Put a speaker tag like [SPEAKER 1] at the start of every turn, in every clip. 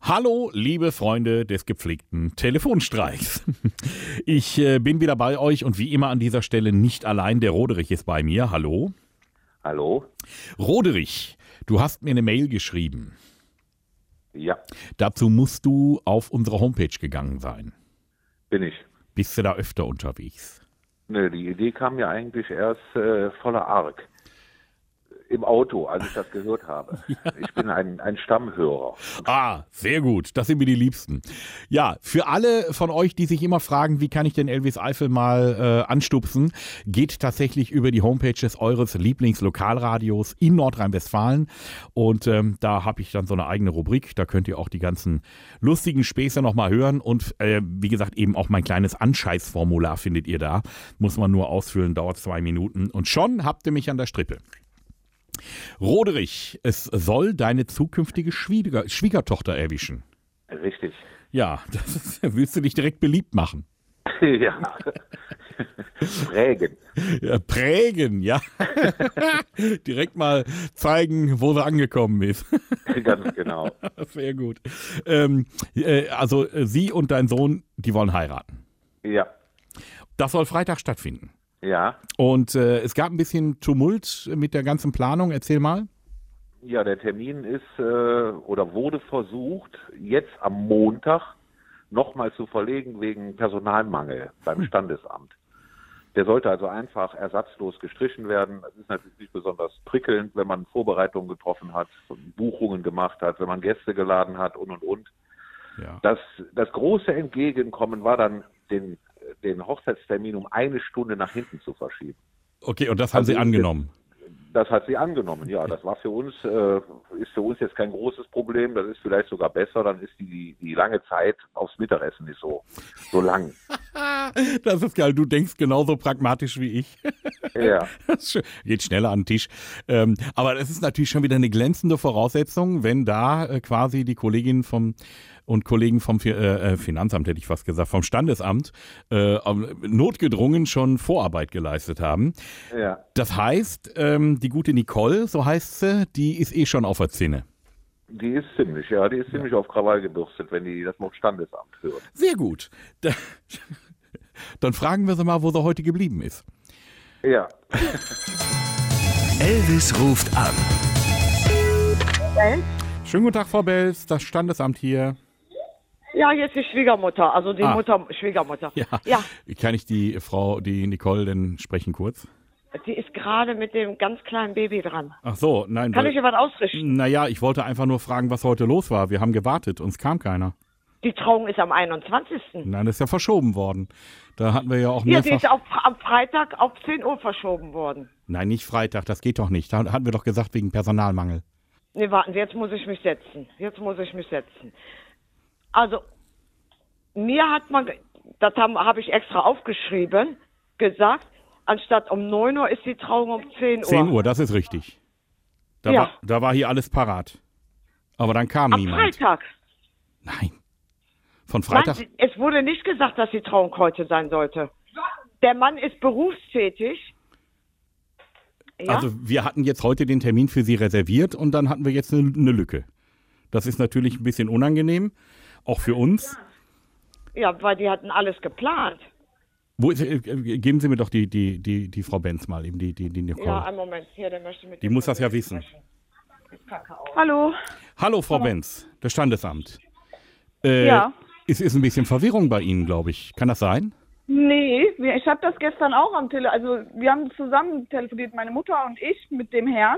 [SPEAKER 1] Hallo, liebe Freunde des gepflegten Telefonstreiks. Ich äh, bin wieder bei euch und wie immer an dieser Stelle nicht allein. Der Roderich ist bei mir. Hallo.
[SPEAKER 2] Hallo?
[SPEAKER 1] Roderich, du hast mir eine Mail geschrieben.
[SPEAKER 2] Ja,
[SPEAKER 1] Dazu musst du auf unsere Homepage gegangen sein.
[SPEAKER 2] bin ich.
[SPEAKER 1] Bist du da öfter unterwegs?
[SPEAKER 2] Nö, die Idee kam mir eigentlich erst äh, voller Arg. Im Auto, als ich das gehört habe. Ich bin ein, ein Stammhörer.
[SPEAKER 1] Ah, sehr gut. Das sind mir die Liebsten. Ja, für alle von euch, die sich immer fragen, wie kann ich denn Elvis Eifel mal äh, anstupsen, geht tatsächlich über die Homepages eures Lieblingslokalradios in Nordrhein-Westfalen. Und ähm, da habe ich dann so eine eigene Rubrik. Da könnt ihr auch die ganzen lustigen Späße nochmal hören. Und äh, wie gesagt, eben auch mein kleines Anscheißformular findet ihr da. Muss man nur ausfüllen, dauert zwei Minuten. Und schon habt ihr mich an der Strippe. Roderich, es soll deine zukünftige Schwieger Schwiegertochter erwischen.
[SPEAKER 2] Richtig.
[SPEAKER 1] Ja, das ist, willst du dich direkt beliebt machen?
[SPEAKER 2] ja. Prägen.
[SPEAKER 1] Ja, prägen, ja. direkt mal zeigen, wo sie angekommen ist.
[SPEAKER 2] Ganz genau.
[SPEAKER 1] Sehr gut. Ähm, äh, also äh, sie und dein Sohn, die wollen heiraten.
[SPEAKER 2] Ja.
[SPEAKER 1] Das soll Freitag stattfinden.
[SPEAKER 2] Ja.
[SPEAKER 1] Und äh, es gab ein bisschen Tumult mit der ganzen Planung. Erzähl mal.
[SPEAKER 2] Ja, der Termin ist äh, oder wurde versucht, jetzt am Montag nochmal zu verlegen wegen Personalmangel beim Standesamt. Der sollte also einfach ersatzlos gestrichen werden. Das ist natürlich nicht besonders prickelnd, wenn man Vorbereitungen getroffen hat, Buchungen gemacht hat, wenn man Gäste geladen hat und und und.
[SPEAKER 1] Ja.
[SPEAKER 2] Das, das große Entgegenkommen war dann, den, den Hochzeitstermin um eine Stunde nach hinten zu verschieben.
[SPEAKER 1] Okay, und das haben
[SPEAKER 2] Also
[SPEAKER 1] sie
[SPEAKER 2] ich-
[SPEAKER 1] angenommen.
[SPEAKER 2] Das hat sie angenommen, ja. Das war für uns, äh, ist für uns jetzt kein großes Problem. Das ist vielleicht sogar besser. Dann ist die, die lange Zeit aufs Mittagessen nicht so, so lang.
[SPEAKER 1] Das ist geil. Du denkst genauso pragmatisch wie ich.
[SPEAKER 2] Ja,
[SPEAKER 1] Das ist schön. Geht schneller an den Tisch. Ähm, aber das ist natürlich schon wieder eine glänzende Voraussetzung, wenn da äh, quasi die Kolleginnen vom und Kollegen vom Fi- äh, äh, Finanzamt, hätte ich fast gesagt, vom Standesamt, äh, am- notgedrungen schon Vorarbeit geleistet haben.
[SPEAKER 2] ja.
[SPEAKER 1] Das heißt, ähm, die gute Nicole, so heißt sie, die ist eh schon auf der Zinne.
[SPEAKER 2] Die ist ziemlich, ja. Die ist ziemlich auf Krawall gebürstet, wenn die das Wort Standesamt hört.
[SPEAKER 1] Sehr gut. Da, dann fragen wir sie mal, wo sie heute geblieben ist.
[SPEAKER 2] Ja.
[SPEAKER 3] Elvis ruft an.
[SPEAKER 1] Schönen guten Tag, Frau Belz, das Standesamt hier.
[SPEAKER 4] Ja, jetzt die Schwiegermutter, also die
[SPEAKER 1] Ah.
[SPEAKER 4] Mutter, Schwiegermutter.
[SPEAKER 1] Ja. Kann ich die Frau, die Nicole, denn sprechen kurz?
[SPEAKER 4] die ist gerade mit dem ganz kleinen Baby dran.
[SPEAKER 1] Ach so, nein.
[SPEAKER 4] Kann
[SPEAKER 1] weil-
[SPEAKER 4] ich ihr was ausrichten?
[SPEAKER 1] Naja, ich wollte einfach nur fragen, was heute los war. Wir haben gewartet, uns kam keiner.
[SPEAKER 4] Die Trauung ist am 21.
[SPEAKER 1] Nein, das ist ja verschoben worden. Da hatten wir ja auch
[SPEAKER 4] Ja, die ist
[SPEAKER 1] mehrfach.
[SPEAKER 4] auf, am Freitag auf 10 Uhr verschoben worden.
[SPEAKER 1] Nein, nicht Freitag, das geht doch nicht. Da hatten wir doch gesagt, wegen Personalmangel.
[SPEAKER 4] Nee, warten Sie, jetzt muss ich mich setzen. Jetzt muss ich mich setzen. Also, mir hat man, ge- das habe hab ich extra aufgeschrieben, gesagt, anstatt um 9 Uhr ist die Trauung um 10 Uhr.
[SPEAKER 1] 10 Uhr, das ist richtig. Da,
[SPEAKER 4] Ja.
[SPEAKER 1] war, da war hier alles parat. Aber dann kam
[SPEAKER 4] Am
[SPEAKER 1] niemand.
[SPEAKER 4] Freitag.
[SPEAKER 1] Nein. Von Freitag.
[SPEAKER 4] Nein, es wurde nicht gesagt, dass die Trauung heute sein sollte. Der Mann ist berufstätig. Ja,
[SPEAKER 1] Also wir hatten jetzt heute den Termin für Sie reserviert und dann hatten wir jetzt eine, eine Lücke. Das ist natürlich ein bisschen unangenehm, auch für uns.
[SPEAKER 4] ja, weil die hatten alles geplant.
[SPEAKER 1] Wo ist, äh, äh, geben Sie mir doch die, die, die, die Frau Benz mal eben, die, die, die Nicole.
[SPEAKER 4] Ja,
[SPEAKER 5] also
[SPEAKER 4] einen Moment. Hier, der möchte mit
[SPEAKER 1] Die
[SPEAKER 4] dem
[SPEAKER 1] muss das ja
[SPEAKER 4] Kollegen
[SPEAKER 1] wissen.
[SPEAKER 4] sprechen. Hallo.
[SPEAKER 1] Hallo, Frau Benz, das Standesamt. Äh,
[SPEAKER 5] Ja.
[SPEAKER 1] Es ist ein bisschen Verwirrung bei Ihnen, glaube ich. Kann das sein?
[SPEAKER 5] Nee, wir- ich habe das gestern auch am Telefon. Also, wir haben zusammen telefoniert, meine Mutter und ich mit dem Herrn.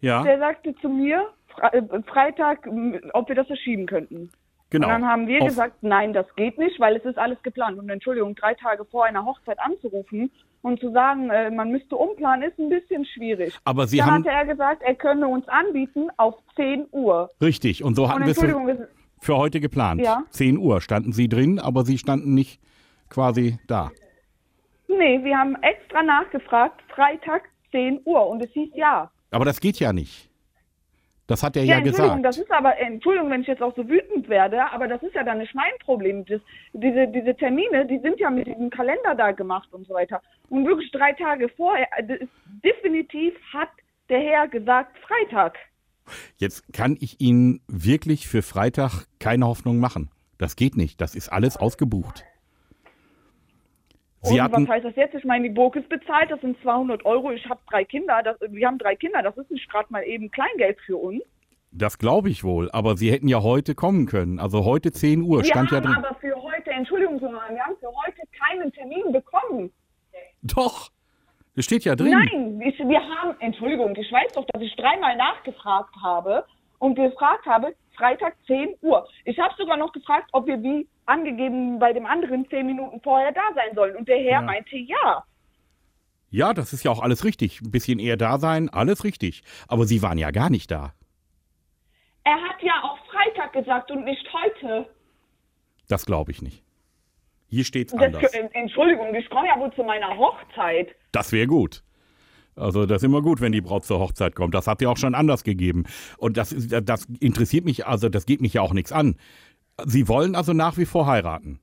[SPEAKER 1] Ja,
[SPEAKER 5] Der sagte zu mir, Fre äh, Freitag, m, ob wir das verschieben könnten.
[SPEAKER 1] genau.
[SPEAKER 5] Und dann haben wir
[SPEAKER 1] Auf-
[SPEAKER 5] gesagt, nein, das geht nicht, weil es ist alles geplant. Und Entschuldigung, drei Tage vor einer Hochzeit anzurufen und zu sagen, äh, man müsste umplanen, ist ein bisschen schwierig.
[SPEAKER 1] Aber Sie
[SPEAKER 5] dann
[SPEAKER 1] haben-
[SPEAKER 5] hatte er gesagt, er könne uns anbieten auf 10 Uhr.
[SPEAKER 1] Richtig, und so
[SPEAKER 5] Und
[SPEAKER 1] hatten wir es für,
[SPEAKER 5] Entschuldigung, es-
[SPEAKER 1] für heute geplant.
[SPEAKER 5] Ja.
[SPEAKER 1] 10 Uhr standen Sie drin, aber Sie standen nicht quasi da.
[SPEAKER 5] nee, wir haben extra nachgefragt, Freitag 10 Uhr. Und es hieß ja.
[SPEAKER 1] Aber das geht ja nicht. Das hat er
[SPEAKER 5] Ja,
[SPEAKER 1] ja,
[SPEAKER 5] Entschuldigung,
[SPEAKER 1] gesagt.
[SPEAKER 5] das ist aber, äh, Entschuldigung, wenn ich jetzt auch so wütend werde, aber das ist ja dann nicht mein Problem. Das, diese, diese Termine, die sind ja mit diesem Kalender da gemacht und so weiter. Und wirklich drei Tage vorher, äh, das ist- definitiv hat der Herr gesagt Freitag.
[SPEAKER 1] Jetzt kann ich Ihnen wirklich für Freitag keine Hoffnung machen. Das geht nicht. Das ist alles ausgebucht. Sie
[SPEAKER 5] und
[SPEAKER 1] hatten,
[SPEAKER 5] was heißt das jetzt? Ich meine, die Burg ist bezahlt, das sind 200 Euro. Ich habe drei Kinder, das, wir haben drei Kinder, das ist nicht gerade mal eben Kleingeld für uns.
[SPEAKER 1] das glaube ich wohl, aber Sie hätten ja heute kommen können. Also heute 10 Uhr
[SPEAKER 5] Wir
[SPEAKER 1] stand ja
[SPEAKER 5] haben
[SPEAKER 1] drin.
[SPEAKER 5] aber für heute, Entschuldigung, Johann, wir haben für heute keinen Termin bekommen.
[SPEAKER 1] Doch, es steht ja drin.
[SPEAKER 5] Nein, ich, wir haben, Entschuldigung, ich weiß doch, dass ich dreimal nachgefragt habe und gefragt habe, Freitag 10 Uhr. Ich habe sogar noch gefragt, ob wir wie angegeben bei dem anderen 10 Minuten vorher da sein sollen. Und der Herr meinte ja.
[SPEAKER 1] Ja, das ist ja auch alles richtig. Ein bisschen eher da sein, alles richtig. Aber Sie waren ja gar nicht da.
[SPEAKER 5] Er hat ja auch Freitag gesagt und nicht heute.
[SPEAKER 1] Das glaube ich nicht. Hier steht's
[SPEAKER 5] Das,
[SPEAKER 1] anders.
[SPEAKER 5] Entschuldigung, ich komme ja wohl zu meiner Hochzeit.
[SPEAKER 1] Das wäre gut. Also das ist immer gut, wenn die Braut zur Hochzeit kommt. Das hat ja auch schon anders gegeben. Und das, ist- das interessiert mich, also das geht mich ja auch nichts an. Sie wollen also nach wie vor heiraten.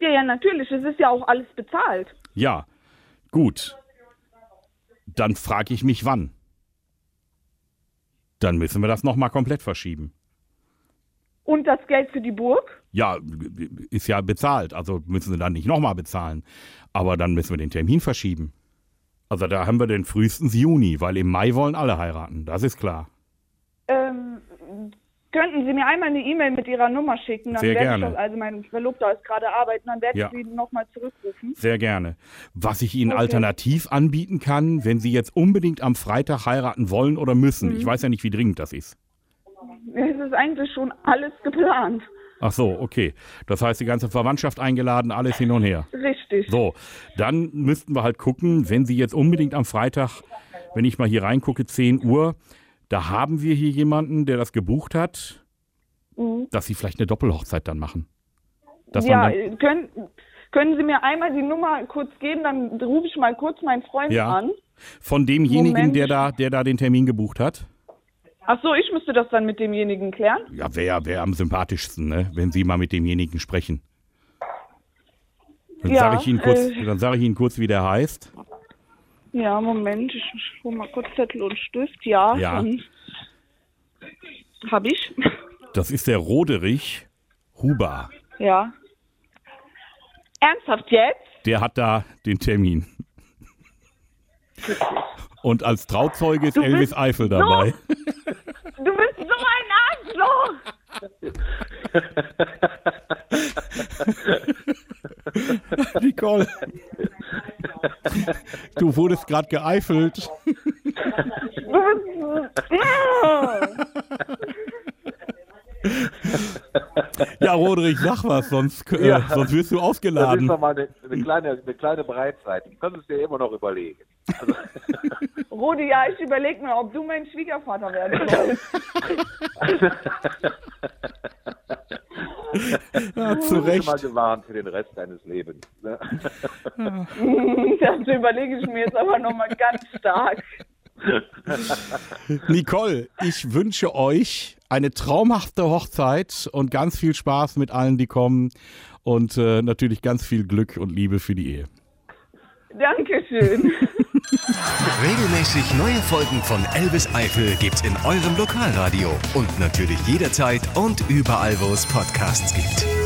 [SPEAKER 5] Ja, ja, natürlich, es ist ja auch alles bezahlt.
[SPEAKER 1] Ja, gut. Dann frage ich mich, wann. Dann müssen wir das nochmal komplett verschieben.
[SPEAKER 5] Und das Geld für die Burg?
[SPEAKER 1] Ja, ist ja bezahlt, also müssen sie dann nicht nochmal bezahlen. Aber dann müssen wir den Termin verschieben. Also da haben wir den frühestens Juni, weil im Mai wollen alle heiraten, das ist klar.
[SPEAKER 5] Ähm, könnten Sie mir einmal eine E-Mail mit Ihrer Nummer schicken? Dann
[SPEAKER 1] Sehr
[SPEAKER 5] werde
[SPEAKER 1] gerne.
[SPEAKER 5] Ich das, also mein Verlobter ist gerade arbeiten, dann werde
[SPEAKER 1] Ja.
[SPEAKER 5] ich Sie nochmal zurückrufen.
[SPEAKER 1] Sehr gerne. Was ich Ihnen
[SPEAKER 5] Okay.
[SPEAKER 1] alternativ anbieten kann, wenn Sie jetzt unbedingt am Freitag heiraten wollen oder müssen.
[SPEAKER 5] Mhm.
[SPEAKER 1] Ich weiß ja nicht, wie dringend das ist.
[SPEAKER 5] Es ist eigentlich schon alles geplant.
[SPEAKER 1] Ach so, okay. Das heißt, die ganze Verwandtschaft eingeladen, alles hin und her.
[SPEAKER 5] Richtig.
[SPEAKER 1] So, dann müssten wir halt gucken, wenn Sie jetzt unbedingt am Freitag, wenn ich mal hier reingucke, 10 Uhr, da haben wir hier jemanden, der das gebucht hat,
[SPEAKER 5] Mhm.
[SPEAKER 1] dass Sie vielleicht eine Doppelhochzeit dann machen. Dass
[SPEAKER 5] ja,
[SPEAKER 1] man dann,
[SPEAKER 5] äh, können, können Sie mir einmal die Nummer kurz geben? Dann rufe ich mal kurz meinen Freund
[SPEAKER 1] Ja.
[SPEAKER 5] an.
[SPEAKER 1] von demjenigen,
[SPEAKER 5] Moment.
[SPEAKER 1] der da, der da den Termin gebucht hat.
[SPEAKER 5] Ach so, ich müsste das dann mit demjenigen klären.
[SPEAKER 1] Ja, wäre ja wär am sympathischsten, ne? wenn Sie mal mit demjenigen sprechen. Dann
[SPEAKER 5] Ja,
[SPEAKER 1] sage ich Ihnen kurz,
[SPEAKER 5] äh.
[SPEAKER 1] dann sage ich Ihnen kurz, wie der heißt.
[SPEAKER 5] Ja, Moment, ich hole mal kurz Zettel und Stift. Ja,
[SPEAKER 1] Ja.
[SPEAKER 5] dann habe ich.
[SPEAKER 1] Das ist der Roderich Huber.
[SPEAKER 5] Ja. Ernsthaft jetzt?
[SPEAKER 1] Der hat da den Termin. Und als Trauzeuge ist
[SPEAKER 5] Du bist
[SPEAKER 1] Elvis Eifel dabei.
[SPEAKER 5] Du bist so ein Arschloch!
[SPEAKER 1] Nicole. Du wurdest gerade geeifelt.
[SPEAKER 5] Du bist. Ja.
[SPEAKER 1] Ja, Roderich, sag was, sonst, äh,
[SPEAKER 2] Ja.
[SPEAKER 1] sonst wirst du
[SPEAKER 2] Das ist
[SPEAKER 1] ausgeladen.
[SPEAKER 2] doch mal eine, eine, kleine, eine kleine Breitseite. Du kannst es dir immer noch überlegen.
[SPEAKER 5] Rudi, ja, ich überlege mir, ob du mein Schwiegervater werden sollst.
[SPEAKER 1] Ja, zu
[SPEAKER 2] Du bist
[SPEAKER 1] Recht.
[SPEAKER 2] mal gewarnt für den Rest deines Lebens. Ne?
[SPEAKER 5] Das überlege ich mir jetzt aber nochmal ganz stark.
[SPEAKER 1] Nicole, ich wünsche euch eine traumhafte Hochzeit und ganz viel Spaß mit allen, die kommen. Und äh, natürlich ganz viel Glück und Liebe für die Ehe.
[SPEAKER 5] Dankeschön.
[SPEAKER 3] Regelmäßig neue Folgen von Elvis Eifel gibt's in eurem Lokalradio und natürlich jederzeit und überall, wo es Podcasts gibt.